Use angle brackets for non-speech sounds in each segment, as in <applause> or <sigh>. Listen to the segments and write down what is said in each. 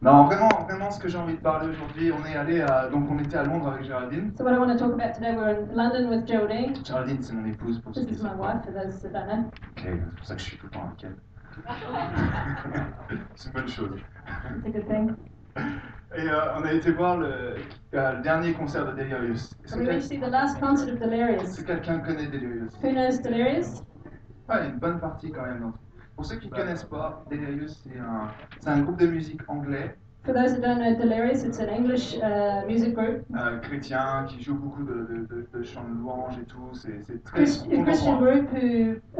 Non, vraiment, vraiment, ce que j'ai envie de parler aujourd'hui, on est allé à, donc on était à Londres avec Géraldine. So what I want to talk about today, we're in London with Geraldine. Géraldine, c'est mon épouse pour ceux This qui is my savent. wife, for those that don't know. Ok, c'est pour ça que je suis tout le temps avec elle. <laughs> c'est une bonne chose. It's a good thing. Et euh, on a été voir le, euh, le dernier concert de Delirious. Est-ce So que we quel- went to see the last concert of est-ce Delirious. que quelqu'un connaît Delirious Who knows Delirious? Ouais, il y a une bonne partie quand même. d'entre vous. Pour ceux qui ne connaissent pas, Delirious, c'est un, c'est un groupe de musique anglais, For those that don't know Delirious, it's an English uh, music group, euh, chrétien, qui joue beaucoup de, de, de, de chants de louanges et tout. C'est c'est très Christ- a Christian contemporain. group who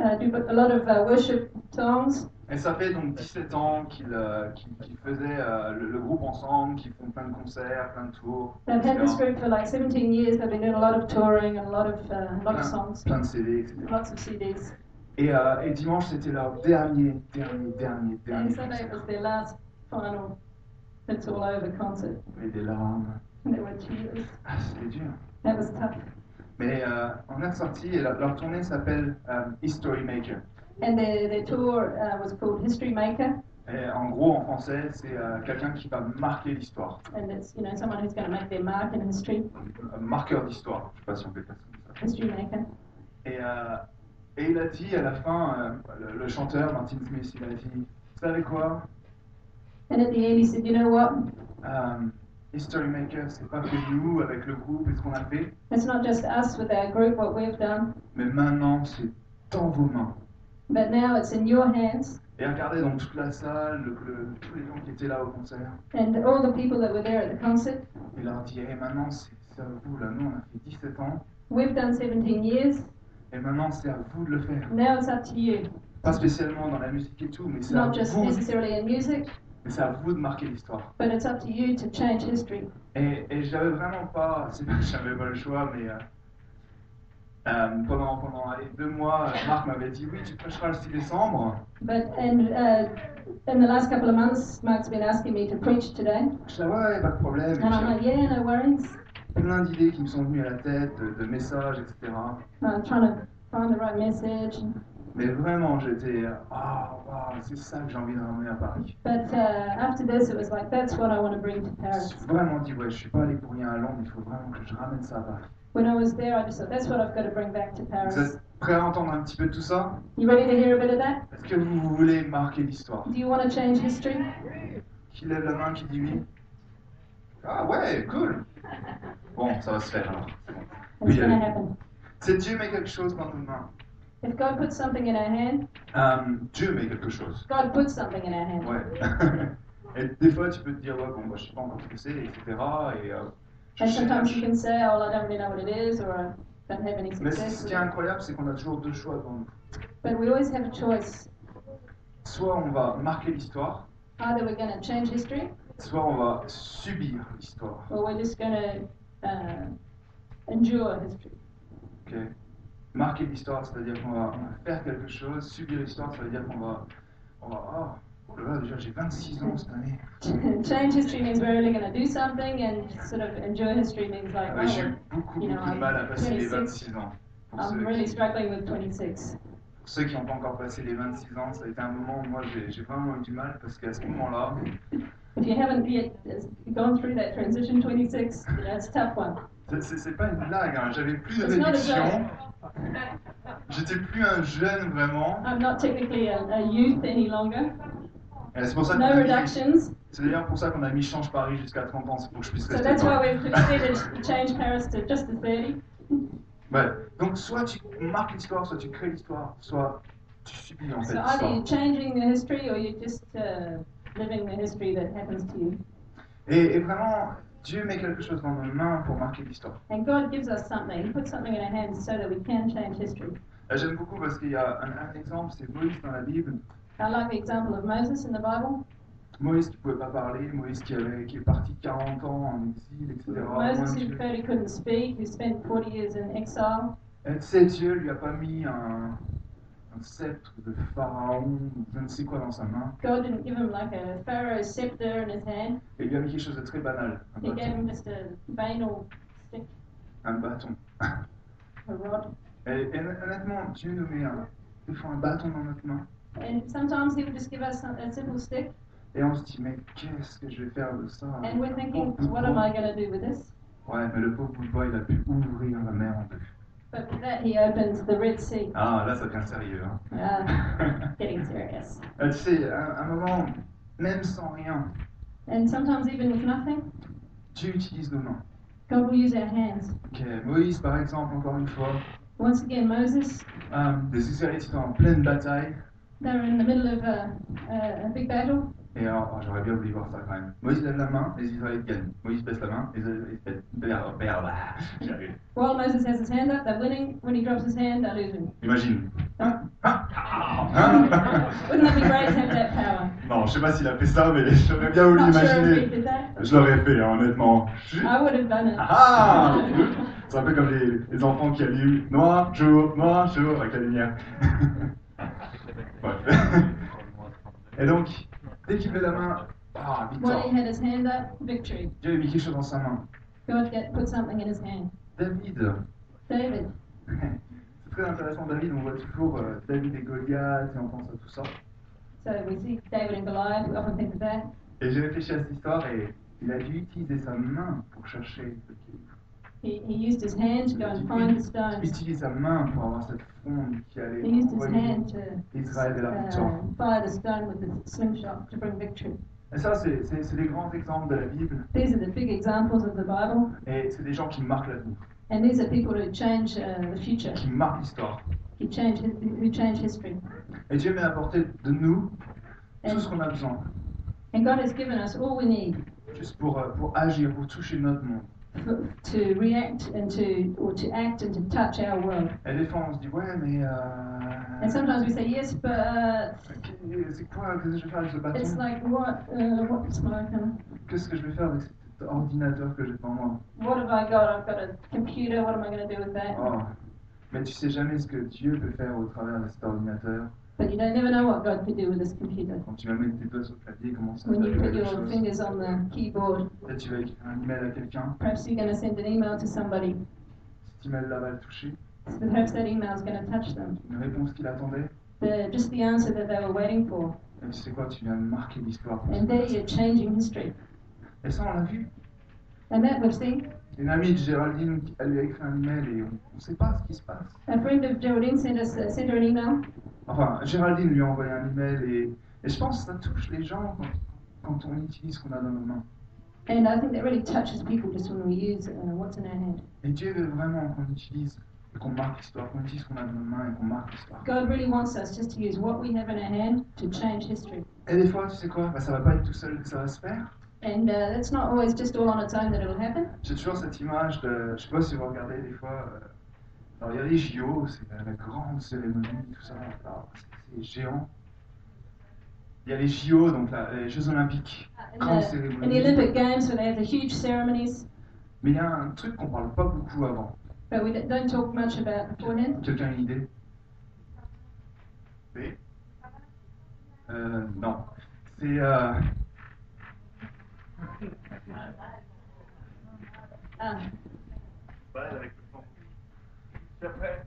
uh, do a lot of uh, worship songs. Et ça fait donc 17 ans qu'ils euh, qu'ils- qu'ils faisaient euh, le, le groupe ensemble, qu'ils font plein de concerts, plein de tours, They've had this etc. group for like 17 years. They've been doing a lot of touring and a lot of uh, a lot of songs, plein de CD, etc. lots of CDs. Et, euh, et dimanche, c'était leur dernier, dernier, dernier, And dernier Sunday was concert. their last final. It's all over concert. Et des larmes. And there were tears. Ah, c'était dur. That was tough. Mais euh, on est ressorti et leur, leur tournée s'appelle euh, History Maker. And their, their tour uh, was called History Maker, Et en gros, en français, c'est euh, quelqu'un qui va marquer l'histoire. and it's you know someone who's going to make their mark in history. Un marqueur d'histoire. Je sais pas si on peut passer comme ça. History Maker. Et, euh, et il a dit à la fin, euh, le, le chanteur Martin Smith, il a dit Vous savez quoi And at the end, he said, "You know what? Euh, History Maker, c'est pas que nous, avec le groupe et ce qu'on a fait, It's not just us with our group what we've done, mais maintenant, c'est dans vos mains. but now it's in your hands." Et regardez dans toute la salle, le- le- tous les gens qui étaient là au concert, And all the people that were there at the concert, il leur dit Eh, maintenant, c'est c'est à vous, là, nous, on a fait 17 ans. we've done 17 years. Et maintenant, c'est à vous de le faire. Now it's up to you. Pas spécialement dans la musique et tout, mais c'est à, Not just vous, necessarily in music, mais c'est à vous de marquer l'histoire. but it's up to you to change history. Et, et j'avais vraiment pas, <laughs> c'est pas que j'avais pas le choix, mais euh, euh, pendant, pendant allez, deux mois, euh, Marc m'avait dit oui, tu prêcheras le 6 décembre. But and uh, in the last couple of months, Mark's been asking me to preach today, Je disais ouais, pas de problème. and I'm Et like, yeah, no worries. J'ai plein d'idées qui me sont venues à la tête, de, de messages, etc. I'm trying to find the right message. Mais vraiment, j'étais euh, ah, waouh, c'est ça que j'ai envie de ramener à Paris. But uh, after this, it was like, that's what I want to bring to Je me Paris. suis vraiment dit ouais, je suis pas allé pour rien à Londres, il faut vraiment que je ramène ça à Paris. When I was there, I just thought, that's what I've got to bring back to Vous Paris. êtes prêts à entendre un petit peu tout ça You ready to hear a bit of that? Est-ce que vous voulez marquer l'histoire Do you want to change history? Qui lève la main, qui dit oui Ah ouais, cool Bon, ça va se faire alors. c'est bon. Oui, It's going to allez. happen. C'est Dieu met quelque chose dans nos mains. If God puts something in our hand, Euh, Dieu met quelque chose. God puts something in our hand. Ouais. <laughs> Et des fois, tu peux te dire, ouais, bon, bah, je sais pas encore ce que c'est, etc. Et, euh, je And sometimes you cherche. can say, oh, well, I don't really know what it is, or I don't have any Mais c- success. ce qui est incroyable, c'est qu'on a toujours deux choix devant nous. But we always have a choice. Soit on va marquer l'histoire, Either we're going to change history, soit on va subir l'histoire. or we're just going to uh, endure history. <laughs> Ok. Marquer l'histoire, c'est-à-dire qu'on va, on va faire quelque chose. Subir l'histoire, ça veut dire qu'on va. On va oh, oh là là, déjà j'ai 26 ans cette année. change history means we're really going to do something, and sort of endure history means like, Ah oui, oh, j'ai eu well, beaucoup, You know, beaucoup de mal à passer les 26. 26 ans. Pour ceux, I'm really qui, struggling with 26. pour ceux qui n'ont pas encore passé les 26 ans, ça a été un moment où moi j'ai j'ai vraiment eu du mal parce qu'à ce moment-là, If you haven't yet gone through that transition, 26, you know, it's a tough one. c'est- c'est c'est pas une blague, hein, j'avais plus de It's not a réduction, joke. j'étais plus un jeune vraiment. I'm not technically a, a youth any longer. Et c'est pour ça qu'on No a mis- reductions. c'est d'ailleurs pour ça qu'on a mis Change Paris jusqu'à 30 ans, c'est pour que je puisse So rester. that's dedans. why we've decided to change Paris to just the 30. Ouais. Donc soit tu marques l'histoire, soit tu crées l'histoire, soit tu subis en fait So either l'histoire. you're changing the history or you're just uh, living the history that happens to you. Et, et vraiment, Dieu met quelque chose dans nos mains pour marquer l'histoire. And God gives us something. He puts something in our hands so that we can change history. Euh, J'aime beaucoup parce qu'il y a un, un exemple, c'est Moïse dans la Bible. I like the example of Moses in the Bible. Moïse qui pouvait pas parler, Moïse qui, avait, qui est parti 40 ans en exil, etc. Moses, Moins who Dieu. barely couldn't speak, who spent 40 years in exile. Et tu sais, Dieu lui a pas mis un, un sceptre de pharaon, ou je ne sais quoi dans sa main, God didn't give him like a pharaoh's scepter in his hand. et il lui a mis quelque chose de très banal, un He gave bâton. him just a vein or stick, Un bâton. a rod. Et, et honnêtement, Dieu nous met un, des fois un bâton dans notre main. And sometimes he would just give us some- a simple stick, Et on se dit, mais qu'est-ce que je vais faire de ça? hein, And we're Le pauvre thinking, bout de what am bois. I going to do with this? Ouais, mais le pauvre bout de bois, il a pu ouvrir la mer en deux. But with that, he opens the Red Sea. Ah, là, ça devient sérieux. <laughs> hein. Ah. Getting serious. Euh, tu sais, à un moment, même sans rien, And sometimes, even with nothing, Dieu utilise nos mains. God will use our hands. Ok, Moïse, par exemple, encore une fois, Once again, Moses, euh, les Israélites étaient en pleine bataille. they're in the middle of a, a, a big battle. Et alors, oh, j'aurais bien voulu voir ça quand même. Moïse lève la main, les Israélites gagnent. Moïse baisse la main, les Israélites gagnent. Merde, merde, ah, <laughs> j'arrive. While Moses has his hand up, they're winning. When he drops his hand, they're losing. Imagine. Hein Hein Ah <laughs> Wouldn't it be great to Hein have that power? Non, je sais pas s'il a fait ça, mais <laughs> j'aurais bien voulu Not sure if he imaginer. did that. Je l'aurais fait, hein, honnêtement. Chut. I would have done it. Ah ah <laughs> C'est un peu comme les, les enfants qui allument noir, jour, noir, jour, avec la lumière. <laughs> Ouais. <laughs> Et donc, dès qu'il met la main, ah, While victoire. he had his hand up, victory. Dieu a mis quelque chose dans sa main. God get, put something in his hand. David. <laughs> David. C'est très intéressant, David, on voit toujours euh, David et Goliath, et on pense à tout ça. So we see David and Goliath. We often think of that. Et j'ai réfléchi à cette histoire et il a dû utiliser sa main pour chercher. ce qu'il- He, he used his hand to Il go a dû and find the stones. utiliser sa main pour avoir cette fronde qui allait He used his envoyer hand to Israël vers la victoire. uh, fire the stone with the slingshot to bring victory. Et ça, c'est c'est- c'est des grands exemples de la Bible These are the big examples of the Bible, et c'est des gens qui marquent l'avenir, and these are people who change uh, the future, qui marquent l'histoire. who change, his- who change history. Et Dieu met à portée de nous tout And, ce qu'on a besoin, and God has given us all we need juste pour, euh, pour agir, pour toucher notre monde. for, to react and to, or to act and to touch our world. Et des fois, on se dit, ouais, mais. And Euh, sometimes we say, yes, but uh, ok, c'est quoi Qu'est-ce que je vais faire avec ce it's bâton like, what, uh, what's my, kind of- Qu'est-ce que je vais faire avec cet ordinateur que j'ai devant moi what have I got? I've got a computer. What am I going to do with that? Oh, mais tu sais jamais ce que Dieu peut faire au travers de cet ordinateur. But you don't never know what God could do with this computer. Quand tu vas mettre tes doigts sur le clavier, comment ça va When you faire put quelque your chose fingers on the keyboard, Peut-être tu vas écrire un email à quelqu'un, perhaps you're going to send an email to somebody. cet email-là va le toucher, Perhaps that email is going to touch them. une réponse qu'il attendait. the, just the answer that they were waiting for. Et tu sais quoi, tu viens de marquer l'histoire. pour cette And there personne. you're changing history. Et ça, on l'a vu. And that we've seen. Une amie de Géraldine, elle lui a écrit un email et on ne sait pas ce qui se passe. A friend of Geraldine sent us uh, sent her an email, Enfin, Géraldine lui a envoyé un email et, et je pense que ça touche les gens quand, quand on utilise ce qu'on a dans nos mains. and I think that really touches people just when we use uh, what's in our hand. Et Dieu veut vraiment qu'on utilise et qu'on marque l'histoire, qu'on utilise ce qu'on a dans nos mains et qu'on marque l'histoire. God really wants us just to use what we have in our hand to change history. Et des fois, tu sais quoi, bah, ça va pas être tout seul que ça va se faire. And uh, that's not always just all on its own that it'll happen. J'ai toujours cette image de, je sais pas si vous regardez des fois, euh, alors il y a les JO, c'est la, la grande cérémonie, tout ça, alors, c'est c'est géant. Il y a les JO, donc la- les Jeux Olympiques, In grande the, in uh, the cérémonie. Olympic Games, where they have the huge ceremonies, Mais il y a un truc qu'on parle pas beaucoup avant. but we don't talk much about beforehand. Quelqu'un a une idée Oui Euh, non. C'est. euh, Ah, balle avec le temps. C'est après,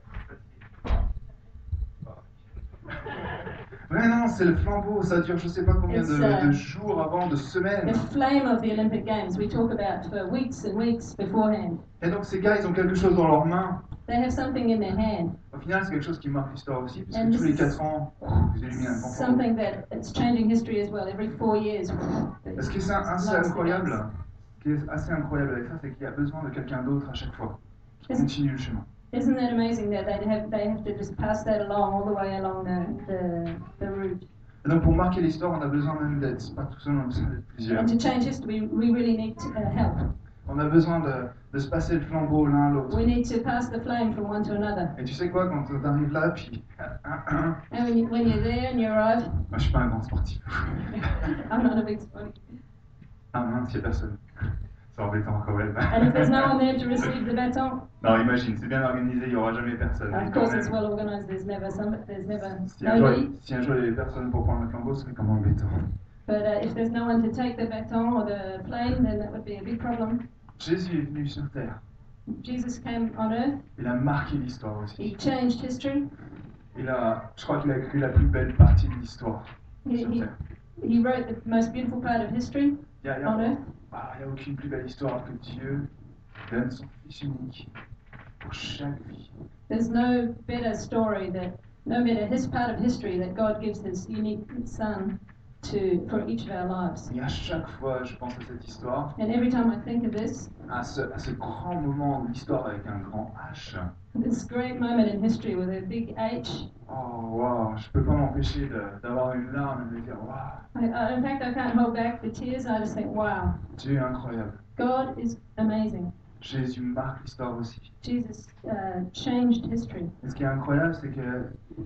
Ouais, non, c'est le flambeau, ça dure je sais pas combien It's, de, euh, de jours avant, de semaines. the flame of the Olympic Games we talk about for weeks and weeks beforehand. Et donc ces gars, ils ont quelque chose dans leurs mains. They have something in their hand. Au final, c'est quelque chose qui marque l'histoire aussi, parce And que tous les this- 4 ans, ils éliminent un grand flambeau. something that it's changing history as well. Every four years. Et Ce qui est assez incroyable, ce qui est assez incroyable avec ça, c'est qu'il y a besoin de quelqu'un d'autre à chaque fois, qui Est-ce- continue le chemin. Isn't that amazing that they have they have to just pass that along all the way along the the, the route. Et donc pour marquer l'histoire, on a besoin même d'être, pas tout seul, on a besoin d'être plusieurs. And to change history, we really need to, uh, help. On a besoin de, de se passer le flambeau l'un à l'autre. We need to pass the flame from one to another. Et tu sais quoi, quand t'arrives là, puis... And when, you, when you're there and you arrive, <laughs> Moi, je suis pas un grand sportif. I'm not a big sport. Ah mince, il n'y a personne. C'est embêtant quand même. And if there's no one there to receive the baton, Non, imagine, c'est bien organisé, il n'y aura jamais personne. Mais of quand course même, it's well organised. There's never some, there's never si, un jour, nobody. si un jour il n'y avait personne pour prendre le flambeau, ce serait comme embêtant. But uh, if there's no one to take the baton or the flame, then that would be a big problem. Jésus est venu sur terre. Jesus came on earth. Il a marqué l'histoire He aussi. changed history. Il a, je crois qu'il a écrit la plus belle partie de l'histoire He, sur he, terre. He wrote the most beautiful part of history Il n'y a, il y a- on earth. Ah, il y a aucune plus belle histoire que Dieu donne son Fils unique pour chaque vie. There's no better story that, no better his part of history that God gives his unique son to for each of our lives. Et à chaque fois, je pense à cette histoire, And every time I think of this, à ce, à ce grand moment de l'histoire avec un grand H. this great moment in history with a big H, Oh, waouh, je peux pas m'empêcher de- d'avoir une larme et de me dire Waouh, I, I, in fact, I can't hold back the tears. I just think, wow, Dieu est incroyable. God is amazing. Jésus marque l'histoire aussi. Jesus uh, changed history. Et ce qui est incroyable, c'est que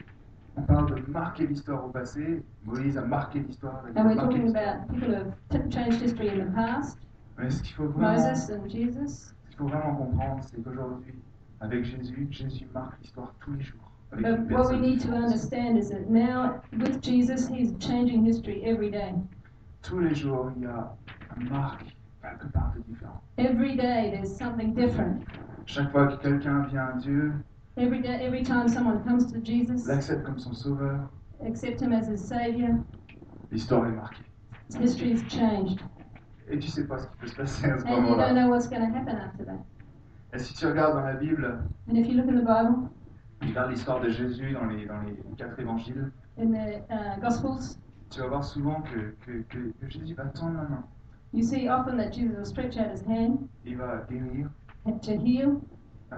on parle de marquer l'histoire au passé. Moïse a marqué l'histoire. David a And we're marqué talking l'histoire. about people who have t- changed history in the past, Mais ce qu'il Bah, faut vraiment, Moses and Jesus. ce qu'il faut vraiment comprendre, c'est qu'aujourd'hui, avec Jésus, Jésus marque l'histoire tous les jours. Avec But une Euh, what we personne need to understand is that now, with Jesus, he's changing history every day. Tous les jours, il y a une marque quelque part de différent. Every day there's something different. Chaque fois que quelqu'un vient à Dieu, Every day, every time someone comes to Jesus, l'accepte comme son sauveur, accept him as his savior, l'histoire est marquée. history is changed. Et tu sais pas ce qui peut se passer à ce And you don't moment-là. know what's going to happen after that. Et si tu regardes dans la Bible, And if you look in the Bible, tu regardes l'histoire de Jésus dans les, dans les quatre évangiles, in the uh, Gospels, tu vas voir souvent que, que, que- que Jésus va tendre la main. you see often that Jesus will stretch out his hand Il va guérir, to heal, euh,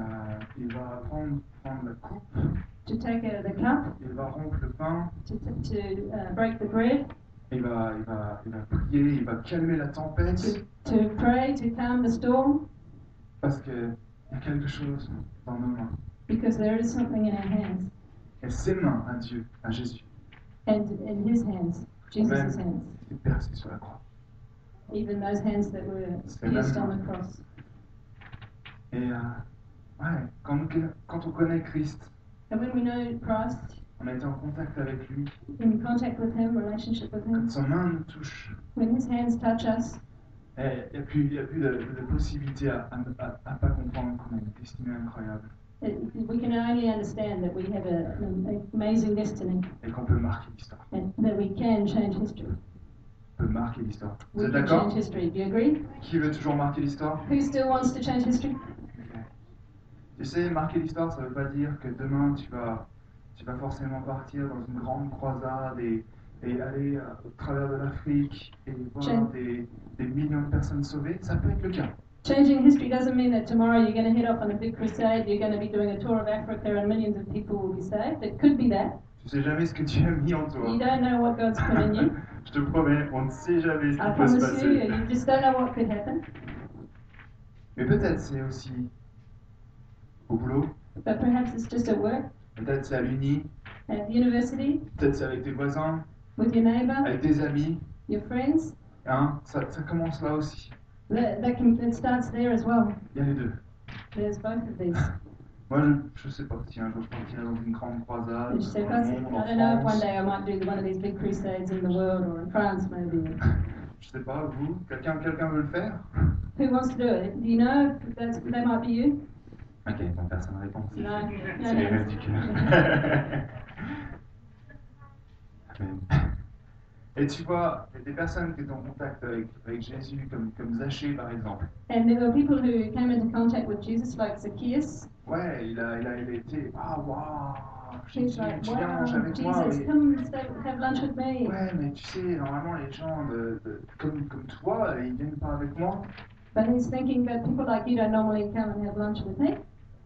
il va prendre, prendre la coupe, to take out the cup, il va rompre le pain, to, to, to uh, break the bread, il va, il, va, il va prier, il va calmer la tempête, to, to pray, to calm the storm, parce qu'il y a quelque chose dans nos mains. because there is something in our hands, Et ses mains à Dieu, à Jésus, and in his hands, Jesus' hands, étaient percées sur la croix. even those hands that were pierced on the cross. Et euh, ouais, quand, quand on connaît Christ, And when we know Christ, on a été en contact avec lui, in contact with Him, relationship with quand Him, son main nous touche, when His hands touch us, Eh, il n'y a plus, il y a plus de, de possibilité à ne pas comprendre qu'on a une destinée incroyable it, we can only understand that we have a, an amazing destiny et qu'on peut marquer l'histoire. and that we can change history. On peut marquer l'histoire. Vous We êtes can change d'accord history. Do you agree? Qui veut toujours marquer l'histoire Who still wants to change history? Tu sais, marquer l'histoire, ça ne veut pas dire que demain tu vas, tu vas forcément partir dans une grande croisade et, et aller euh, au travers de l'Afrique et voir Jen. des, des millions de personnes sauvées. Ça peut être le cas. Changing history doesn't mean that tomorrow you're going to head off on a big crusade, you're going to be doing a tour of Africa, and millions of people will be saved. It could be that. Tu sais jamais ce que tu as mis en toi. You don't know what God's put in you. Je te promets, on ne sait jamais ce I qui peut se promise you, passer. you just don't know what could happen. Mais peut-être c'est aussi au boulot, But perhaps it's just at work, peut-être c'est à l'uni, at university, peut-être c'est avec tes voisins, with your neighbour, avec tes amis. your friends. Hein, ça, ça commence là aussi. That, that can, it starts there as well. Il y a les deux. There's both of these. Moi, je, je sais pas si un jour je partirai dans une grande croisade, Which so dans that's, I le monde, don't en know if one France. day I might do one of these big crusades in the world or in France maybe. Je sais pas, vous, quelqu'un quelqu'un veut le faire Who wants to do it? Do you know? if That's, that might be you. Ok, bon, personne ne répond. No. no, C'est les rêves du no. cœur. <laughs> Amen. Et tu vois, il y a des personnes qui étaient en contact avec, avec Jésus, comme, comme Zachée par exemple. and there were people who came into contact with Jesus, like Zacchaeus. Ouais, il a, il a, il a été. Ah, waouh He's Jésus, like, bah, tu viens wow, manger avec moi. Jesus, mais- come and stay, have lunch with me. Ouais, mais tu sais, normalement, les gens de- de- comme, comme toi, ils viennent pas avec moi. But he's thinking that people like you don't normally come and have lunch with me.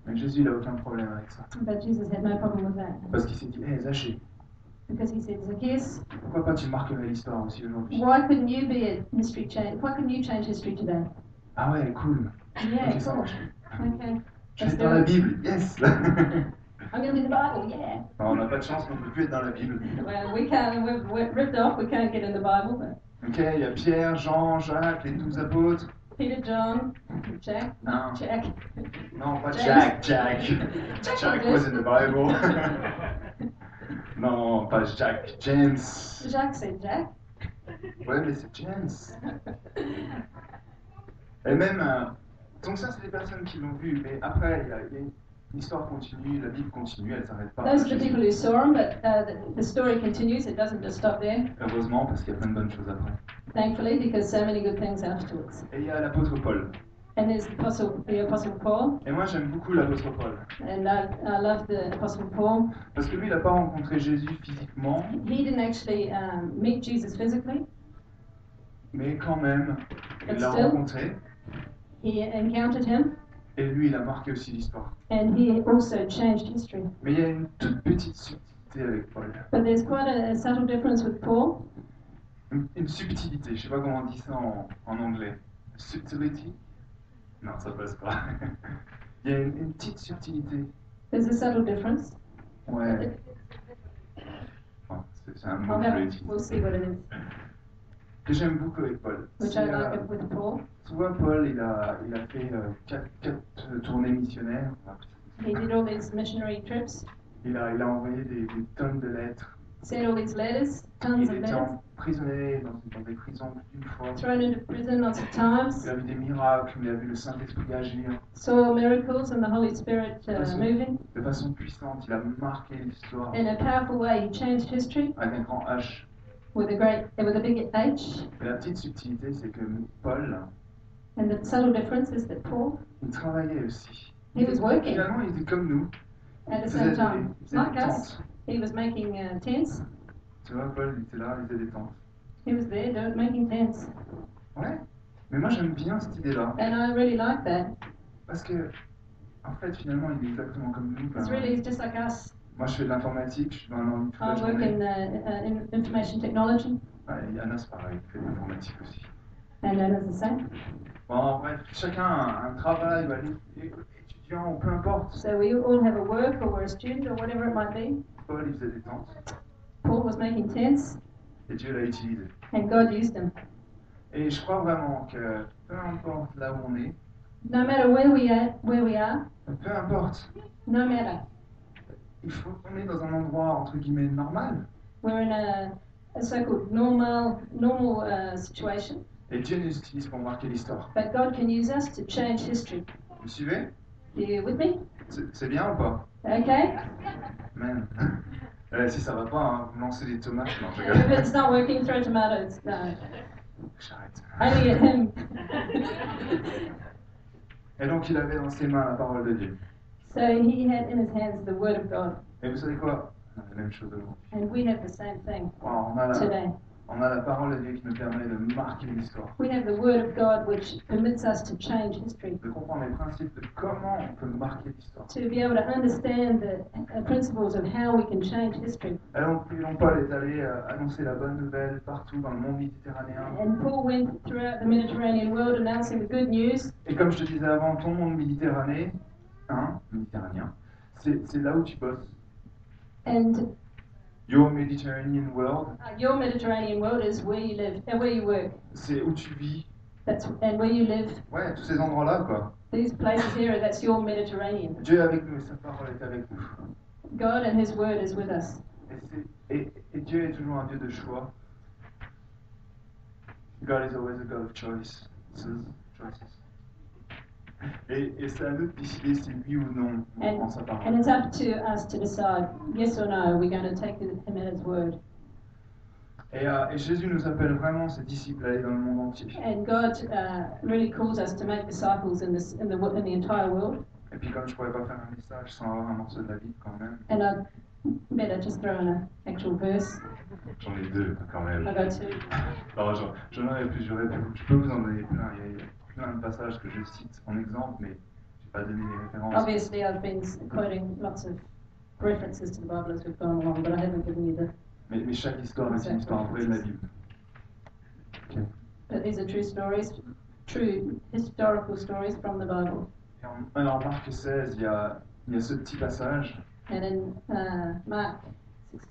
Mais Jésus, il a aucun problème avec ça. But Jesus had no problem with that Parce qu'il s'est dit, hé, Zachée, because he said, Zacchaeus, pourquoi pas tu marquerais l'histoire aussi aujourd'hui Why couldn't you be a history change? Why couldn't you change history today? Ah ouais, cool. Yeah, ok, ça cool. marche. Okay. Je vais être dans la Bible, yes <laughs> I'm going to be the Bible, yeah. Bah, on n'a pas de chance, mais on peut plus être dans la Bible. Well, we can't, we're, we're ripped off, we can't get in the Bible, but Ok, il y a Pierre, Jean, Jacques, les douze apôtres. Peter, John, Jack, Non, Jack. non, pas Jack, Jack. Jack. Jack Jack was was in the Bible. Bible. non, pas Jack, James. Jack said Jack. Ouais, mais c'est James. Et même, euh, donc ça, c'est des personnes qui l'ont vu, mais après, il y a- il y, a l'histoire continue, la Bible continue, elle ne s'arrête pas. Those Jésus- particularly saw him, but uh, the, the story continues. It doesn't just stop there, Heureusement, parce qu'il y a plein de bonnes choses après. thankfully, because so many good things afterwards. Et il y a l'apôtre Paul. And there's the Apostle, the Apostle Paul, Et moi, j'aime beaucoup l'apôtre Paul. and I, I love the Apostle Paul. Parce que lui, il n'a pas rencontré Jésus physiquement, He didn't actually um, meet Jesus physically. mais quand même, il But l'a still. rencontré. He encountered him, Et lui, il a marqué aussi l'histoire. and he also changed history. Mais il y a une toute petite subtilité avec Paul. But there's quite a, a subtle difference with Paul. Une, une subtilité, je ne sais pas comment on dit ça en, en anglais. Subtility Non, ça passe pas. <laughs> il y a une, une petite subtilité. There's a subtle difference. Ouais. Enfin, c'est c'est un mot I'll que je have, vais utiliser. we'll see what it is, Que j'aime beaucoup avec Paul. which C'est, I like euh, it with Paul. Tu vois, Paul, il a, il a fait euh, quatre, quatre tournées missionnaires. He did all these missionary trips, Il a, il a envoyé des, des tonnes de lettres. sent all these letters, tons Il of était letters, emprisonné dans, dans des prisons plus d'une fois. thrown into prison lots of times, Il a vu des miracles, il a vu le Saint-Esprit agir saw miracles and the Holy Spirit uh, Awesome. moving. de façon puissante. Il a marqué l'histoire In a powerful way, he changed history avec un grand H. with a great, with a big H. Et la petite subtilité, c'est que Paul, And the subtle difference is that Paul, il travaillait aussi. he was working Finalement, il était comme nous. at Il the faisait same des, time. il faisait des Like us, tentes. he was making uh, tents. Tu vois, Paul, il était là, il faisait des tentes. He was there doing, making tents. Ouais. Mais moi, j'aime bien cette idée-là. And I really like that. Parce que, en fait, finalement, il est exactement comme nous. Ben, It's really it's just like us. Moi, je fais de l'informatique, je suis dans l'ordi toute I la work journée. in, uh, uh, in information technology, Ouais, et Anna, c'est pareil, il fait de l'informatique aussi. and uh, that is the same. Bon, bref, chacun a un travail, bah, les- les étudiants, ou peu importe. So we all have a work or we're a student or whatever it might be. Paul, il faisait des tentes, Paul was making tents, et Dieu l'a utilisé. and God used him. Et je crois vraiment que, peu importe là où on est, No matter where we are, where we are, peu importe, no matter il faut qu'on est dans un endroit, entre guillemets, normal. we're in a, a so-called normal normal uh, situation, Et Dieu nous utilise pour marquer l'histoire. but God can use us to change history. Vous me suivez You with me? C'est c'est bien ou pas Okay. Man. <laughs> Euh, si ça va pas, hein, vous me lancez des tomates. Non, je if rigole. <laughs> it's not working, throw tomatoes. No, J'arrête. only at him. Et donc il avait dans ses mains la parole de Dieu. so he had in his hands the word of God, Et vous savez quoi On a la même chose aujourd'hui. and we have the same thing Wow, on, a la, today. on a la parole de Dieu qui nous permet de marquer l'histoire, We have the Word of God which permits us to change history, de comprendre les principes de comment on peut marquer l'histoire. to be able to understand the uh, principles of how we can change history. Alors puis Jean Paul est allé euh, annoncer la bonne nouvelle partout dans le monde méditerranéen. And Paul went throughout the Mediterranean world announcing the good news. Et comme je te disais avant, ton monde méditerranéen, hein, méditerranéen, c'est c'est là où tu bosses. And Your Mediterranean world, uh, your Mediterranean world is where you live and where you work. c'est où tu vis. That's and where you live. Ouais, tous ces endroits-là, quoi. These places here, that's your Mediterranean. Dieu est avec nous et sa parole est avec nous. God and His Word is with us. Et, c'est- et- et Dieu est toujours un Dieu de choix. God is always a God of choices. choices. Et, et c'est à nous de décider si oui ou non on And- prend sa And parole. it's up to us to decide yes or no, we're going to take Him at His Word. Et, euh, et Jésus nous appelle vraiment ses disciples à aller dans le monde entier. And God uh, really calls us to make disciples in, this, in, the, wo- in the entire world. Et puis comme je pourrais pas faire un message sans avoir un morceau de la Bible quand même, And I better just throw in an actual verse. j'en ai deux quand même. I go to Alors, j'en- J'en aurais plus, j'aurais plus. Je peux vous en donner plein. Il y a- il y a plein de passages que je cite en exemple, mais j'ai pas donné les références. obviously I've been quoting lots of references to the Bible as we've gone along, but I haven't given you the. Mais, mais chaque histoire est une histoire vraie de la Bible. But these are true stories, true historical stories from the Bible. Et en- Alors, Marc 16, il y a, il y a ce petit passage. And in uh, Mark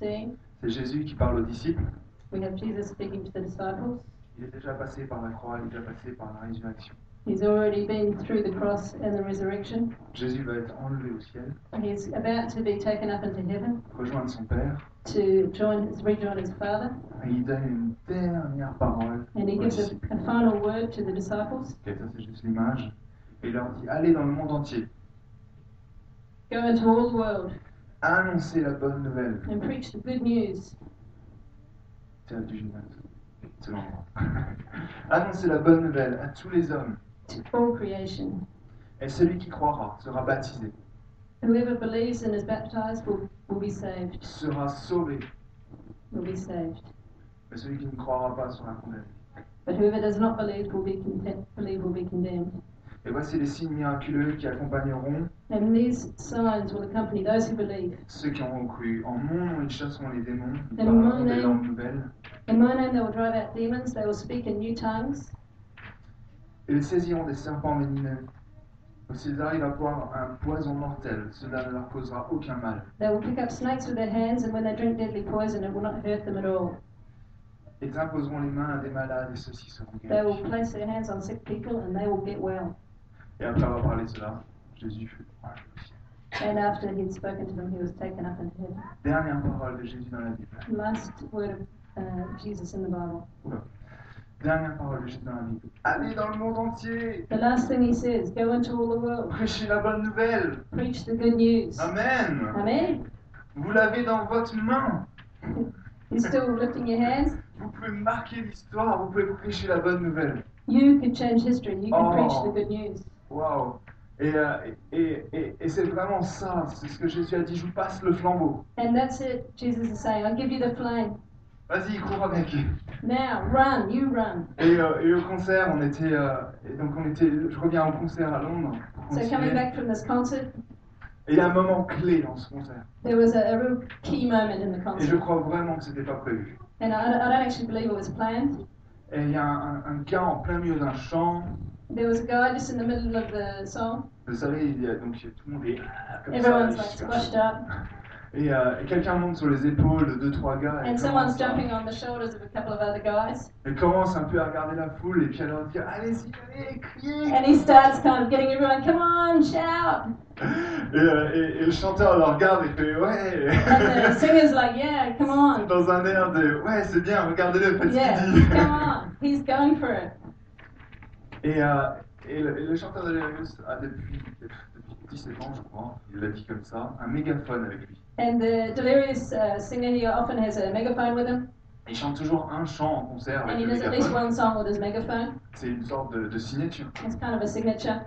16, C'est Jésus qui parle aux disciples. we have Jesus speaking to the disciples. Il est déjà passé par la croix, il est déjà passé par la résurrection. He's already been through the cross and the resurrection. Jésus va être enlevé au ciel, He's about to be taken up into heaven rejoindre son Père, to join his, rejoin his Father, et il donne une dernière parole and he aux gives a, disciples. a final word to the disciples. Et ça, c'est juste l'image. Et il leur dit Allez dans le monde entier. Go into all the world Annoncer la bonne nouvelle. and preach the good news. Tiens, du gymnase. C'est bon. <laughs> Annoncer la bonne nouvelle à tous les hommes. to all creation. Et celui qui croira sera baptisé, Whoever believes and is baptized will, will be saved, sera sauvé. will be saved. Mais celui qui ne croira pas sera condamné. But whoever does not believe will be conte- believe will be condemned. Et voici les signes miraculeux qui accompagneront And these signs will accompany those who believe. ceux qui auront cru. En mon nom, ils chasseront les démons, ils Amen. parleront des langues nouvelles. In my name they will drive out demons, they will speak in new tongues, Ils saisiront des serpents vénineux. Donc s'ils arrivent à boire un poison mortel, cela ne leur causera aucun mal. they will pick up snakes with their hands, and when they drink deadly poison, it will not hurt them at all. Ils imposeront les mains à des malades et ceux-ci seront They will guéris. place their hands on sick people and they will get well. Et après avoir parlé de cela, Jésus fut croire. And after he had spoken to them, he was taken up into heaven. Dernière parole de Jésus dans la Bible. Last word of uh, Jesus in the Bible. Dernière parole de Jésus dans la Bible. Allez dans le monde entier, The last thing he says go into all the world, prêchez la bonne nouvelle. preach the good news. Amen. Amen. Vous l'avez dans votre main. You're still lifting your hands. Vous pouvez marquer l'histoire, vous pouvez prêcher la bonne nouvelle. You could change history. You could Oh. preach the good news. Waouh. Et, euh, et, et, et c'est vraiment ça, c'est ce que Jésus a dit, je vous passe le flambeau. And that's it. Jesus is saying, I'll give you the flame. Vas-y, cours avec. Now, run. You run. Et, euh, et au concert, on était, euh, et donc on était, je reviens au concert à Londres. pour So, continuer. coming back from this concert, Et il y a un moment clé dans ce concert. there was a, a real key moment in Et the je concert. crois vraiment que c'était pas prévu. And I, I don't actually believe it was planned. Et il y a un, un- un gars en plein milieu d'un chant. There was a guy just in the middle of the song. Vous savez, il y a, donc tout le monde est ah, comme ça. Everyone's il like se squashed up. Et, euh, et quelqu'un monte sur les épaules de deux trois gars et And commence, someone's à- jumping on the shoulders of a couple of other guys. et commence un peu à regarder la foule et puis à leur dire allez-y allez criez And he starts kind of getting everyone, come on, shout. et, euh, et- et le chanteur leur regarde et fait <laughs> And the ouais singer's like, yeah, come on. dans un air de ouais c'est bien regardez-le faites Yeah, ce qu'il dit come on. He's going for it. <laughs> et, euh, et le, et le chanteur de Larius a depuis, depuis 17 ans je crois il l'a dit comme ça un mégaphone avec lui And the delirious uh, singer here often has a megaphone with him, il chante toujours un chant en concert and avec he le does at least mégaphone one song with his megaphone. c'est une sorte de, de signature It's kind of a signature.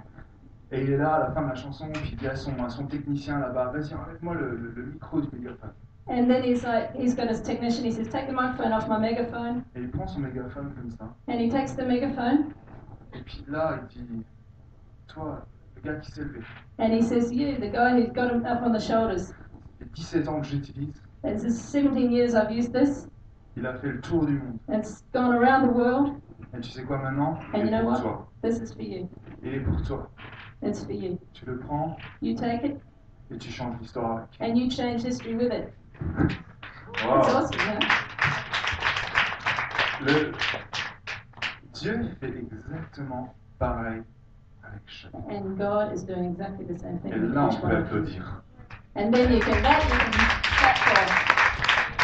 Et il est là à la fin de la chanson, puis il dit à son, à son technicien là-bas, vas-y, enlève-moi le, le- le micro du mégaphone. And then he's like, he's got his technician. He says, take the microphone off my megaphone, Et il prend son mégaphone comme ça. and he takes the megaphone, Et puis là, il dit, toi, le gars qui s'est levé, and he says, you, the guy who's got him up on the shoulders. il y a 17 ans que j'utilise, It's just 17 years I've used this. il a fait le tour du monde. It's gone around the world. Et tu sais quoi maintenant And Il you est know pour what? toi. This is for you. Il est pour toi. It's for you. Tu le prends You take it, et tu changes l'histoire avec. and you change history with it. Wow. It's awesome, huh? Le... Dieu fait exactement pareil avec chacun. And God is doing exactly the same thing. Et with là, each on peut one of us. applaudir. And then you can that you can that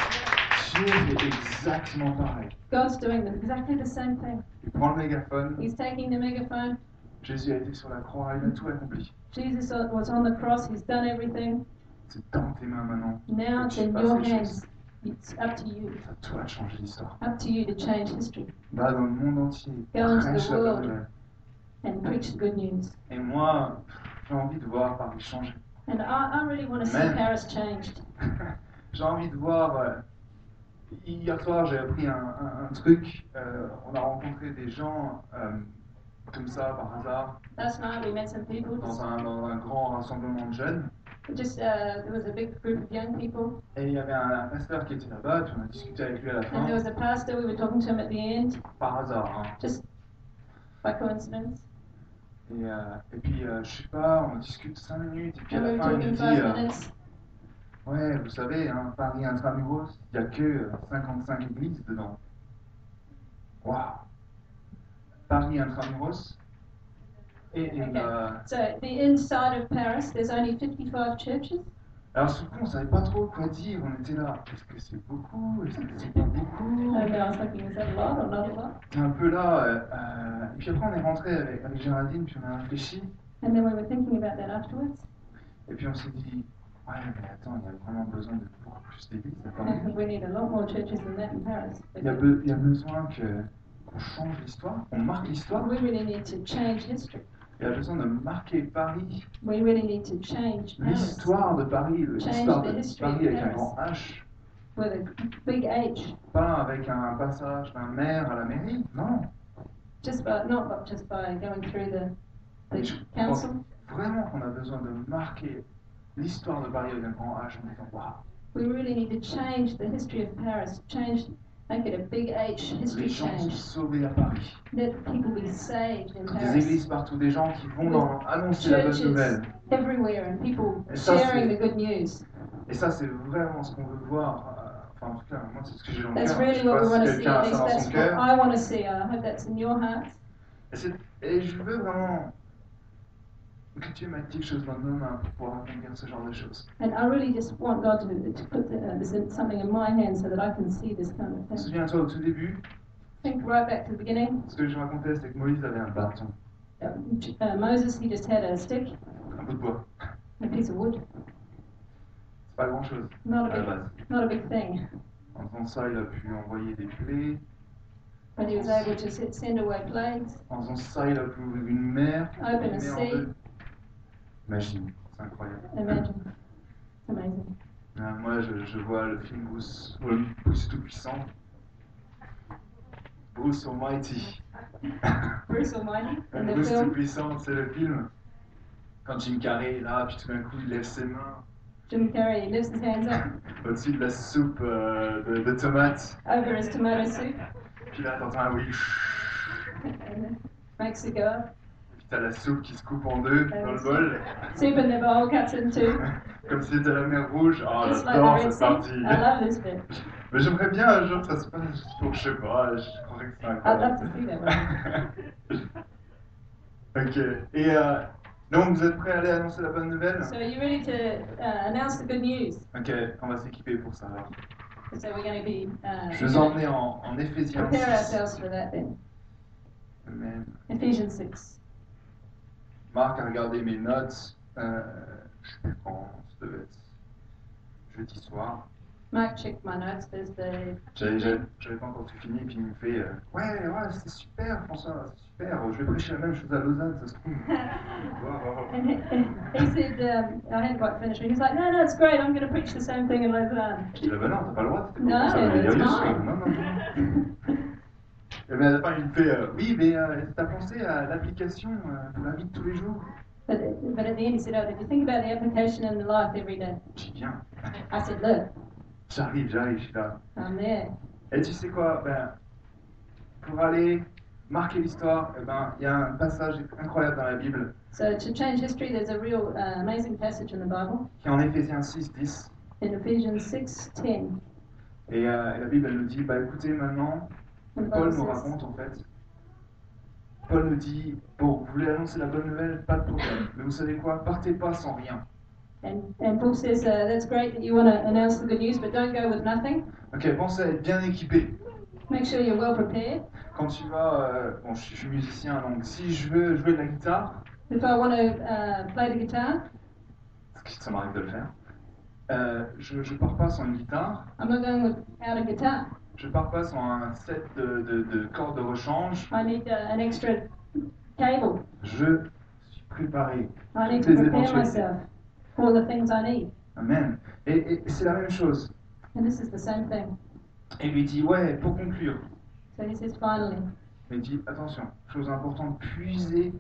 Dieu fait exactement pareil. God's doing them exactly the same thing. Il prend le mégaphone, He's taking the megaphone. Jésus a été sur la croix, il a tout accompli. Jesus was on the cross. He's done everything. C'est dans tes mains maintenant. Now it's in your hands. It's up to you. C'est à toi de changer l'histoire. Up to you to change history Va dans le monde entier. Go into the prêche la world. bonne nouvelle. and preach the good news. Et moi, j'ai envie de voir Paris changer. And I, I really want to see Amen. Paris changed. <laughs> j'ai envie de voir. euh, hier soir, j'ai appris un, un- un truc. euh, on a rencontré des gens euh, comme ça par hasard Last night we met some people. dans un, dans un grand rassemblement de jeunes. Just uh, there was a big group of young people, Et il y avait un, un pasteur qui était là-bas, puis on a discuté avec lui à la and there fin, was a pastor. We were talking to him at the end par hasard. hein. by coincidence. Et, euh, et puis, euh, je sais pas, on discute 5 minutes, et puis à And we la fin, were il me talking dit five euh, minutes. Ouais, vous savez, hein, Paris Intramuros, il n'y a que euh, 55 églises dedans. Waouh Paris Intramuros et une, Ok. euh, So the inside of Paris, there's only 55 churches. Alors, sur le coup, on savait pas trop quoi dire, on était là. Est-ce que c'est beaucoup Est-ce que c'est pas beaucoup And I was thinking, is that a lot or not a lot? T'es un peu là. euh, euh, Et puis après, on est rentré avec, avec Géraldine, puis on a réfléchi. And then we were thinking about that afterwards. Et puis on s'est dit, ouais, mais attends, il y a vraiment besoin de beaucoup plus d'églises à <laughs> Paris. we need a lot more churches than that in Paris. Il y a, be- il y a besoin que- qu'on change l'histoire, qu'on marque l'histoire. We really need to change history. Il y a besoin de marquer Paris, We really need to change Paris l'histoire de Paris, l'histoire de Paris avec un grand H. with a big H. Pas avec un passage d'un maire à la mairie, non. Just by not by- just by going through the Mais the je pense council. vraiment qu'on a besoin de marquer l'histoire de Paris avec un grand H en disant, waouh, We really need to change the history of Paris. Change, make it a big H les history gens sont change. sauvés à Paris. Let people be saved in Des Paris. églises partout, des gens qui vont dans- annoncer la bonne Churches nouvelle. everywhere and people Et ça, sharing c'est- the good news. Et ça, c'est vraiment ce qu'on veut voir. euh, Enfin, en tout cas, moi, c'est ce que j'ai dans le cœur. That's Je really sais what we pas want si to see. quelqu'un At a ça least dans that's son what cœur. I want to see. I hope that's in your heart. Et, c'est- et je veux vraiment que Dieu m'aide quelque chose maintenant hein, pour pouvoir accomplir ce genre de choses. And I really just want God to, to put the, uh, this in, something in my hand so that I can see this kind of thing. Souviens-toi au tout début, Think right back to the beginning. ce que je racontais, c'était que Moïse avait un bâton, Uh, uh, Moses, he just had a stick, un bout de bois. a piece of wood, C'est pas grand-chose à not a la big, base. not a big thing, En faisant ça, il a pu envoyer des plaies. but he was able to sit, send away plagues. En faisant ça, il a pu ouvrir une mer. Open une a mer en sea. deux. Imagine, c'est incroyable. Imagine, it's amazing. Euh, moi, je, je vois le film Bruce, ou le Bruce Tout-Puissant. Bruce Almighty. Bruce Almighty in the Bruce film, Tout-Puissant, c'est le film. Quand Jim Carrey est là, puis tout d'un coup, il lève ses mains Jim Carrey he lifts his hands up au-dessus de la soupe euh, de, de tomates. over his tomato soup <laughs> Puis là, t'entends un oui. chut. and makes a go. up. Et puis t'as la soupe qui se coupe en deux dans le bol. Soup in the bowl cuts in two. Comme si c'était la mer rouge. Oh, Just like j'adore the Red cette Sea. partie. I love this bit. Mais j'aimerais bien un jour que ça se passe juste pour, je sais pas, je crois que c'est incroyable. I'd love to see <laughs> that ok, et euh, donc vous êtes prêts à aller annoncer la bonne nouvelle So are you ready to uh, announce the good news? Ok, on va s'équiper pour ça. alors. So we're going to be. Uh, Je vais vous emmener en, en Éphésiens prepare 6. ourselves for that then. Amen. Ephesians 6. Marc a regardé mes notes, euh, je sais plus quand, ça devait être jeudi soir. Mark checked my notes Thursday. J'avais j'avais- j'avais pas encore tout fini, puis il me fait euh, Ouais, ouais, c'est super François, c'est super, je vais prêcher la même chose à Lausanne, ça se <laughs> trouve. Wow. <laughs> And he, he said, um, I hadn't quite finished. He was like, no, no, it's great. I'm going to preach the same thing in Lausanne. Je dis, ah ben non, t'as pas le droit, t'es Non, pas ça, mais il y a c'est rien, pas. ça, non, non, non. Et bien à la fin, il me fait, euh, oui, mais euh, t'as pensé à l'application euh, pour la vie de tous les jours <laughs> But, but at the end, he said, oh, did you think about the application in life every day? J'y viens, I said, look, j'arrive, j'arrive, je suis là. I'm there. Et tu sais quoi, ben, pour aller marquer l'histoire, eh ben, il y a un passage incroyable dans la Bible, So to change history, there's a real uh, amazing passage in the Bible qui est en Éphésiens 6, 10. in Ephesians 6:10. Et euh, la Bible, elle nous dit, bah écoutez, maintenant, And the Bible Paul nous says, raconte en fait. Paul nous dit, bon, vous voulez annoncer la bonne nouvelle, pas de problème. Mais vous savez quoi, partez pas sans rien. And, and Paul says, uh, that's great that you want to announce the good news, but don't go with nothing. Ok, pensez à être bien équipé. Make sure you're well prepared. Quand tu vas, euh, bon, je suis- je suis musicien, donc si je veux jouer de la guitare, If I want to uh, play the guitar, ce qui ça m'arrive de le faire, euh, je, je pars pas sans une guitare, I'm not going without a guitar. je pars pas sans un set de, de- de cordes de rechange. I need uh, an extra cable. Je suis préparé. I need to Des prepare éventualités. myself for the things I need. Amen. Et, et c'est la même chose. And this is the same thing. Et lui dit, ouais, pour conclure, So he says, finally, il dit, attention, chose importante, puisez,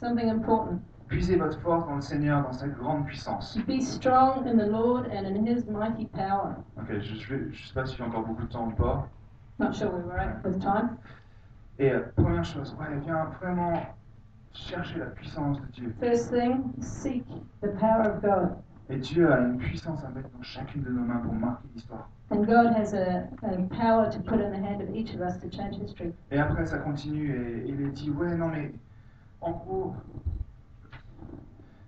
something important. puisez votre force dans le Seigneur, dans sa grande puissance. Be strong in the Lord and in his mighty power. Ok, je, je, vais- je sais pas si j'ai encore beaucoup de temps ou pas. Not sure where we're at with time. Et euh, première chose, ouais, viens vraiment chercher la puissance de Dieu. First thing, seek the power of God. Et Dieu a une puissance à mettre dans chacune de nos mains pour marquer l'histoire. And God has a, a power to put in the hand of each of us to change history. Et après, ça continue et et il est dit, ouais, non mais, en gros,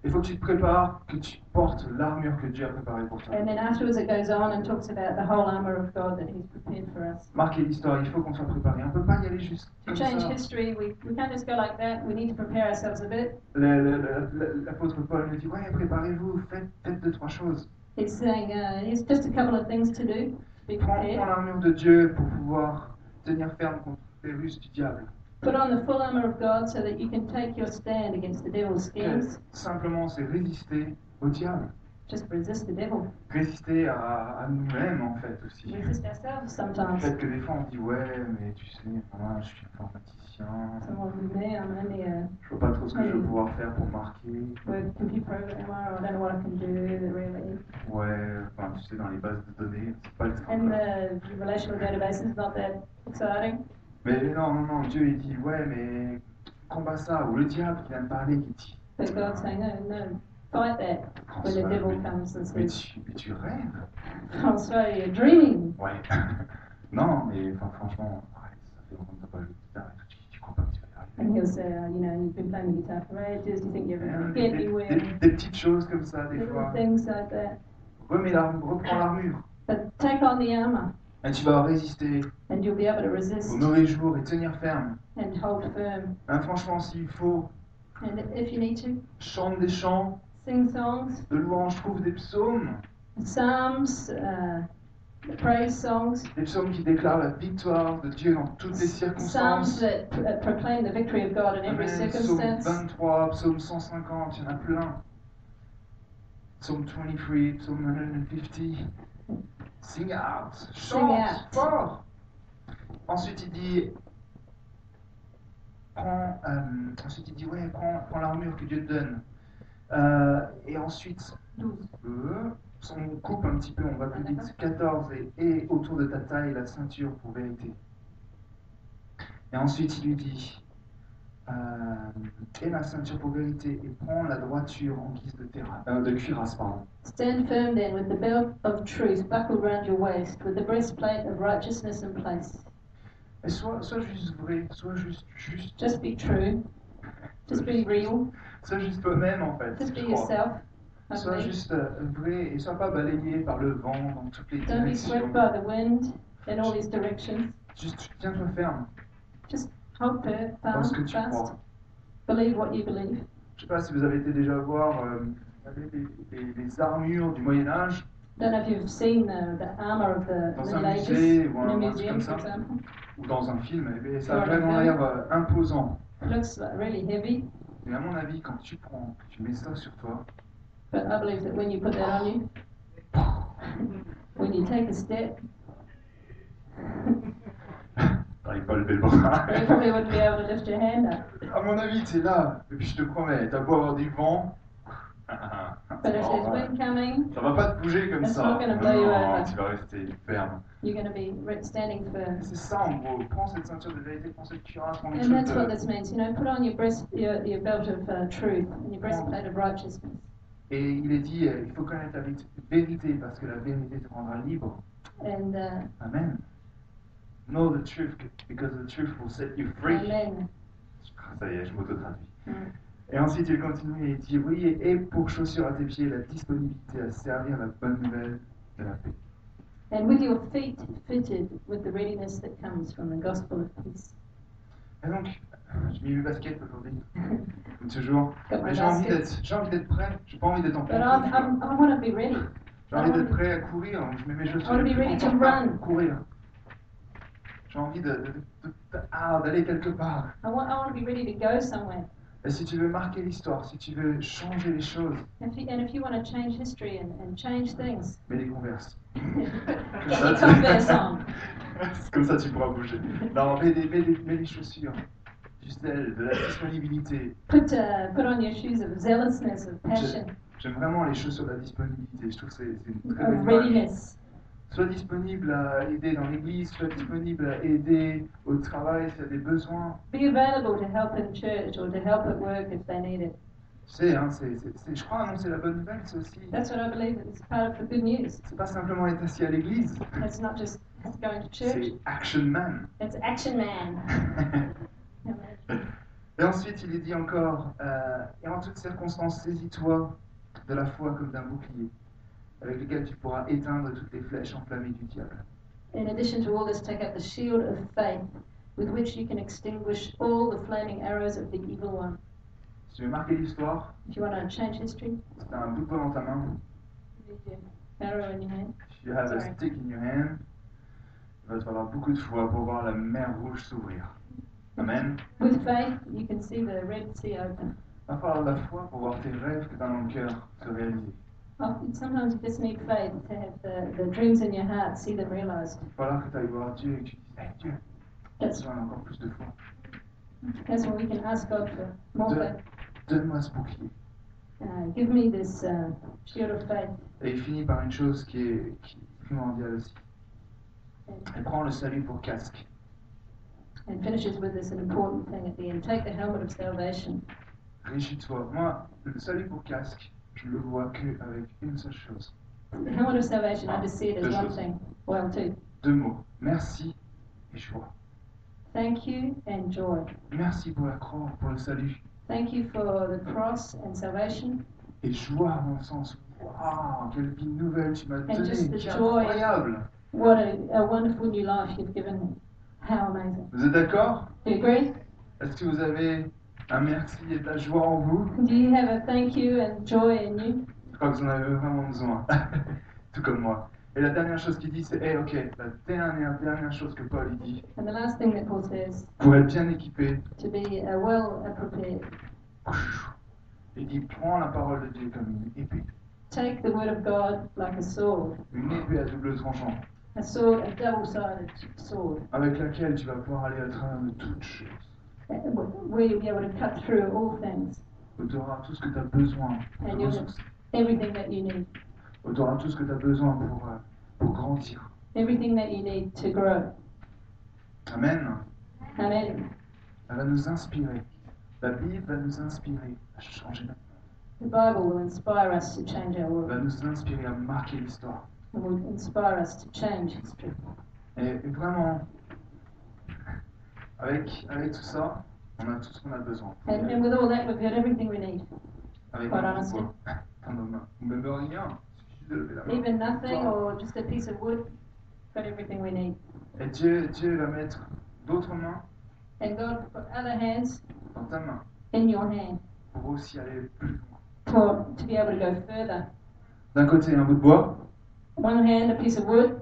Il faut que tu te prépares, que tu portes l'armure que Dieu a préparée pour toi. And then afterwards it goes on and talks about the whole armor of God that He's prepared for us. Marquez l'histoire, il faut qu'on soit préparé. On ne peut pas y aller juste To comme ça. change history, we, we can't just go like that. We need to prepare ourselves a bit. Le- le- le- le- L'apôtre Paul nous dit Ouais, préparez-vous, faites peut-être deux, trois choses. He's saying uh, it's just a couple of things to do. Be Prends, prends prepared. l'armure de Dieu pour pouvoir tenir ferme contre les ruses du diable. Put on the full armor of God so that you can take your stand against the devil's schemes. Simplement, c'est résister au diable. Just resist the devil. Résister à, à nous-mêmes, en fait, aussi. Resist ourselves sometimes. Peut-être que des fois, on dit Ouais, mais tu sais, moi, je suis informaticien. Someone who may, I'm only a Je vois pas trop ce que je vais pouvoir faire pour marquer. word computer programmer. I don't know what I can do really. Ouais, enfin, tu sais, dans les bases de données, c'est pas le And scandale. the relational database is not that exciting. Mais non, non, non, Dieu, il dit Ouais, mais combat ça. Ou le diable qui vient de parler, qui dit But God's saying, no, no, fight that when the François, devil mais- comes and Mais says, tu, mais tu rêves Francois, you're dreaming. Ouais. <laughs> non, mais enfin, franchement, arrête, ça fait longtemps que t'as pas joué de guitare et tout, tu, tu crois pas que tu vas y arriver. And he'll say, oh, you know, you've been playing the guitar for ages, you think you're Euh, Des, ever going to get des- anywhere. des petites choses comme ça, des Little fois. things like that. Remets l'armure, reprends l'armure. But take on the armor Et tu vas résister and you'll be able to resist aux mauvais jours et tenir ferme. and hold firm. Hein, franchement, s'il faut, And if you need to, chante des chants sing songs, de louange, trouve des psaumes. psalms, uh, praise songs, Des psaumes qui déclarent la victoire de Dieu dans toutes les psalms circonstances. that that proclaim the victory of God in every Amen. Psaume circumstance. 23, psaume 150, il y en a plein. Psaume 23, psaume 150. Sing out, chante out. fort. Ensuite il dit, prends, euh, ensuite il dit ouais, prends, prends l'armure que Dieu te donne. Euh, et ensuite, Douze. euh, on coupe un petit peu, on va plus vite. 14 et, et autour de ta taille la ceinture pour vérité. Et ensuite il lui dit euh, et la ceinture pour vérité et prends la droiture en guise de, terra- euh, de cuirasse. Pardon. Stand firm then with the belt of truth buckled round your waist, with the breastplate of righteousness in place. Et sois, sois juste vrai, sois juste juste, Just be true. Just be real. sois juste toi-même en fait. Just be je crois. yourself. I Sois believe. juste euh, vrai et sois pas balayé par le vent dans toutes les Don't be directions. swept by the wind in all these directions. Juste tiens-toi ferme Hold firm, dans ce que fast, tu crois. fast. Believe what you believe. Je sais pas si vous avez été déjà voir euh, vous savez, les, les- les armures du Moyen Âge Don't know if you've seen the, the armor of the Dans un Middle Ages musée in ou un- a un truc museum, comme for ça. example. ou dans un film, eh bien, ça a Voilà. vraiment l'air euh, imposant. It looks like really heavy, Mais à mon avis, quand tu prends, que tu mets ça sur toi, but I believe that when you put that on you, when you <laughs> take a step, t'arrives pas à lever le bras. <laughs> you probably wouldn't be able to lift your hand up. à mon avis, t'es là, et puis je te promets, t'as beau avoir du vent, ça But if there's va wind coming, ça va pas te bouger comme It's ça. not gonna blow you over. tu vas rester ferme. you're going to be re- standing firm. C'est ça en gros, prends cette ceinture de vérité, prends cette cuirasse, prends les And that's what choses. this means, you know, put on your breast, your, your belt of uh, truth and your breastplate of righteousness. Et il est dit, euh, il faut connaître la vit- vérité, parce que la vérité te rendra libre. And uh, Amen. Know the truth, because the truth will set you free. Ah, amen. Ça y est, je m'auto-traduis. Mm. Et ensuite, il continue et il dit Oui, et- et pour chaussures à tes pieds, la disponibilité à servir la bonne nouvelle de la paix. And with your feet fitted with the readiness that comes from the gospel of peace. Et donc, je mis le basket <laughs> aujourd'hui, comme toujours. Got my Mais j'ai envie basket. d'être j'ai envie d'être prêt, j'ai pas envie d'être en But pleine course, tu I'm, vois. I'm, I want to be ready. J'ai envie d'être prêt à courir, donc je mets mes chaussures. I wanna be les plus ready to confortables run. pour courir. J'ai envie de- de- de- de- ah, d'aller quelque part. I want, I want to be ready to go somewhere. Et si tu veux marquer l'histoire, si tu veux changer les choses, If you, and if you want to change history and, and change things, mets des converses. Comme get ça, your tu- <laughs> converse on. Comme ça, tu pourras bouger. Non, mets, des- mets des- mets les chaussures, du sel, de la disponibilité. Put, uh, put on your shoes of zealousness, of passion, J'aime vraiment les chaussures de la disponibilité. Je trouve que c'est c'est une très of belle image. readiness. Sois disponible à aider dans l'église, sois disponible à aider au travail s'il y a des besoins. Be available to help in church or to help at work if they need it. Tu sais, hein, c'est- c'est- c'est- je crois annoncer la bonne nouvelle, c'est aussi. That's what I believe is part of the good news. C'est pas simplement être assis à l'église, It's not just going to church, <laughs> c'est action man. it's action man. Et Et ensuite, il lui dit encore, euh, et en toutes circonstances, saisis-toi de la foi comme d'un bouclier, avec lequel tu pourras éteindre toutes les flèches enflammées du diable. In addition to all this, take up the shield of faith with which you can extinguish all the flaming arrows of the evil one. Si tu veux marquer l'histoire, If you want to change history, c'est un bouton dans ta main. you need your arrow in your hand. If you have a Sorry. stick in your hand, il va te falloir beaucoup de foi pour voir la mer rouge s'ouvrir. Amen. With faith, you can see the Red Sea open. Il va falloir de la foi pour voir tes rêves que tu as dans le cœur se réaliser. Often, Oh, sometimes you just need faith to have the, the dreams in your heart, see them realized. Il va falloir que tu ailles voir Dieu et que tu dises Hey Dieu, j'ai That's, besoin encore plus de foi. that's what we can ask God for. More faith. Donne-moi ce bouclier. Uh, give me this uh, shield of faith. Et il finit par une chose qui est, qui est primordiale aussi. And, Il prend le salut pour casque. and finishes with this an important thing at the end. Take the helmet of salvation. Réjouis-toi. Moi, le salut pour casque, je le vois que avec une seule chose. The helmet of salvation, I just see it as Yes, one yes. thing. Well, two. Deux mots. Merci et joie. Thank you and joy. Merci pour la croix, pour le salut. Thank you for the cross and salvation, et joie à mon sens. Waouh, quelle vie nouvelle tu m'as just donnée, the c'est joy. incroyable. What a, a wonderful new life you've given me. How amazing. Vous êtes d'accord Do you agree? Est-ce que vous avez un merci et de la joie en vous Do you have a thank you and joy in you? Je crois que vous en avez vraiment besoin, <laughs> tout comme moi. Et la dernière chose qu'il dit, c'est, Eh, ok, la dernière, dernière chose que Paul il dit, And the last thing that Paul says, pour être bien équipé, to be uh, well uh, prepared, il dit, prends la parole de Dieu comme une épée, take the word of God like a sword, une épée à double tranchant, a sword, a double sided sword, avec laquelle tu vas pouvoir aller à travers de toutes choses. uh, wh- where you'll be able to cut through all things, Tu auras tout ce que tu as besoin de And you'll- ressources. everything that you need, Tu auras tout ce que tu as besoin pour, euh, pour grandir. everything that you need to grow. Amen. Amen. Elle va nous inspirer. La Bible va nous inspirer à changer. notre The Bible will inspire us to change our monde. Elle world. va nous inspirer à marquer l'histoire. It will inspire us to change history. Et, et vraiment, <laughs> avec, avec tout ça, on a tout ce qu'on a besoin. And, and with all that, we've got everything we need. Avec Voilà, un petit c'est- bois dans nos mains. Ou même rien. Il suffit de lever la main. Even nothing or just a piece of wood, got everything we need. Et Dieu, Dieu va mettre d'autres mains And God put other hands dans ta main in your hand pour aussi aller plus loin. for, to be able to go further. D'un côté, un bout de bois. One hand, a piece of wood,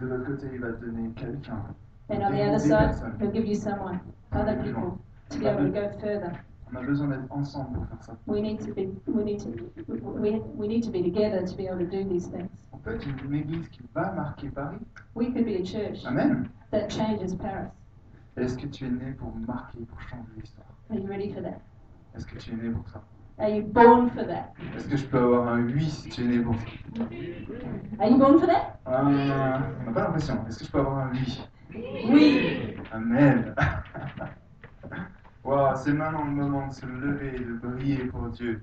De l'autre côté, il va te donner quelqu'un. and on the other side, He'll give you someone, other people, to be able to go further. On a besoin d'être ensemble pour faire ça. We need to be, we need to, we, we need to be together to be able to do these things. En fait, une, une église qui va marquer Paris. We could be a church Amen. that changes Paris. Est-ce que tu es né pour marquer, pour changer l'histoire Are you ready for that? Est-ce que tu es né pour ça Are you born for that? Est-ce que je peux avoir un 8 si tu es né pour ça Are you born for that? Un- On n'a pas l'impression. Est-ce que je peux avoir un 8 Oui. Amen. <laughs> Waouh, c'est maintenant le moment de se lever et de briller pour Dieu.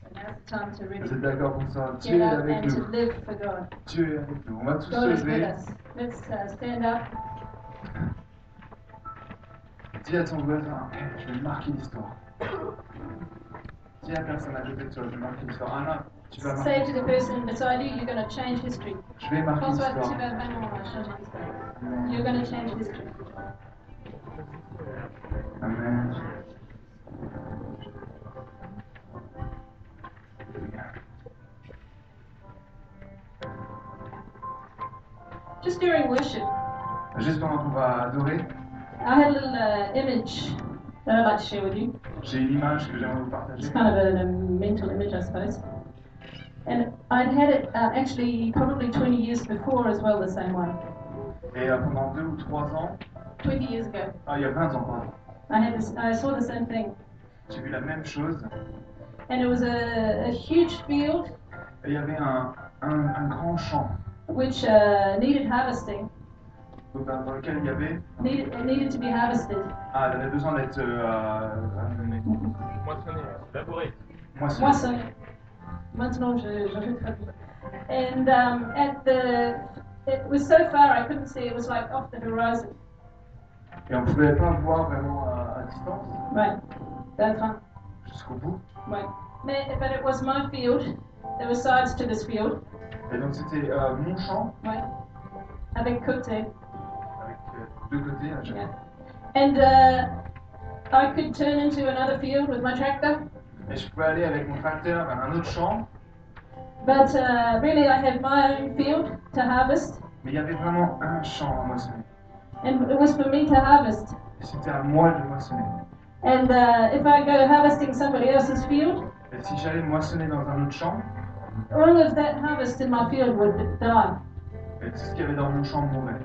So now's the time to Vous êtes really d'accord pour ça Dieu get est up avec and to nous. live for God. Dieu est avec nous. On va tous se God is with lever. us. Let's uh, stand up. Dis à ton voisin, je vais marquer l'histoire. Dis à la personne à côté de toi, je vais marquer l'histoire. Anna, tu vas marquer. Say to the person beside you, you're going to change history. Je vais marquer François, l'histoire. tu vas vraiment changer l'histoire. You're going to change history. Amen. Just during worship, Juste pendant qu'on va adorer, I had a little uh, image that I'd like to share with you. j'ai une image que j'aimerais vous It's partager. kind of a, a mental image, I suppose. And I'd had it uh, actually probably 20 years before as well, the same one. Et euh, pendant deux ou trois ans, 20 years ago, ah, il y a 20 ans, pardon, I had this, I saw the same thing, j'ai vu la même chose. and it was a, a huge field Et il y avait un, un, un grand champ which uh, needed harvesting, donc, dans, dans lequel il y avait. needed it needed to be harvested, Ah, elle avait besoin d'être euh, Moissonner, labourer. moissonné. moissonné. Maintenant, je, je retraduis. And um, at the, it was so far I couldn't see. It was like off the horizon, Et on ne pouvait pas voir vraiment à, à distance. right? d'avant. jusqu'au bout. Ouais. Mais, but it was my field. There were sides to this field. Et donc c'était euh, mon champ Ouais. Avec côté. avec euh, deux côtés à chaque Yeah. And uh, I could turn into another field with my tractor. Et je pouvais aller avec mon tracteur vers un autre champ, But uh, really, I had my own field to harvest. mais il y avait vraiment un champ à moissonner. And it was for me to harvest. Et c'était à moi de moissonner. And uh, if I go harvesting somebody else's field, Et si j'allais moissonner dans un autre champ, all of that harvest in my field would die. euh, tout ce qu'il y avait dans mon champ mourait.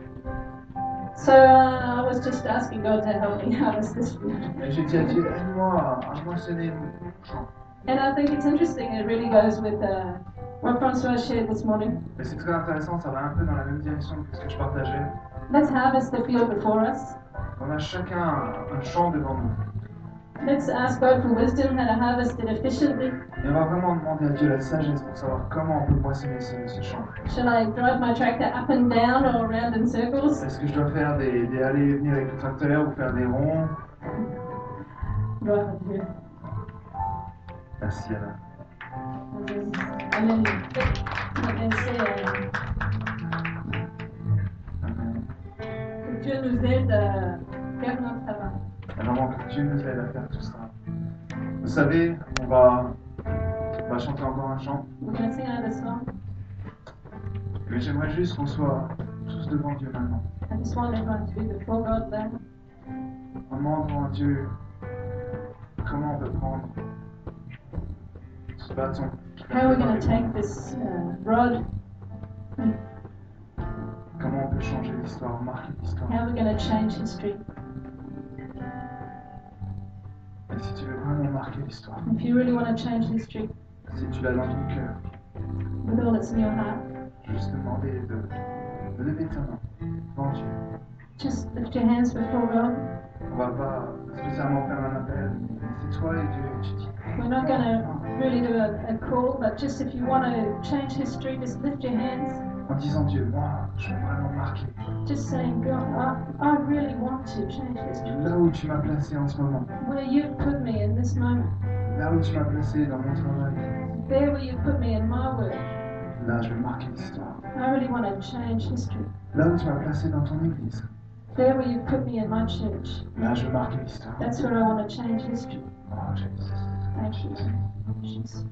So uh, I was just asking God to help me <laughs> harvest this field. Et j'ai dit à Dieu, aide-moi à moissonner mon champ. And I think it's interesting, it really goes with uh, what Francois shared this morning. Et c'est très intéressant, ça va un peu dans la même direction que ce que je partageais. Let's harvest the field before us. On a chacun un un champ devant nous. Let's ask God for wisdom how to harvest it efficiently. Et on va vraiment demander à Dieu la sagesse pour savoir comment on peut moissonner ce, ce champ. Shall I drive my tractor up and down or around in circles? Est-ce que je dois faire des, des allers et venir avec le tracteur ou faire des ronds Drive up here. Merci Alain. And then, and then say, uh, Amen. que Dieu nous aide à faire notre travail. Alors que Dieu nous aide à faire tout ça. Vous savez, on va, on va chanter encore un chant, We're going to sing another song. mais j'aimerais juste qu'on soit tous devant Dieu maintenant, I just want everyone to be before God then. vraiment devant Dieu. Comment on peut prendre ce bâton qui How are we nous going donne to dans les take this uh, rod? mains. Comment on peut changer l'histoire, marquer l'histoire. How are we going to change history? Et si tu veux vraiment marquer l'histoire, If you really want to change history si tu l'as dans ton cœur, with all that's in your heart, je vais juste te demander de, de lever ta main devant Dieu. just lift your hands before God. On va pas spécialement faire un appel, mais c'est toi et Dieu, et tu dis. We're not going to really do a, a call, but just if you want to change history, just lift your hands. en disant Dieu, moi, je veux vraiment marquer. Just saying, God, I, I really want to change history. Là où tu m'as placé en ce moment, Where you've put me in this moment, là où tu m'as placé dans mon travail, there where you've put me in my work, là je veux marquer l'histoire. I really want to change history. Là où tu m'as placé dans ton église, There where you've put me in my church, là je veux marquer l'histoire. that's where I want to change history. Ah, Ah, Oh, Jésus. Thank you. Jesus.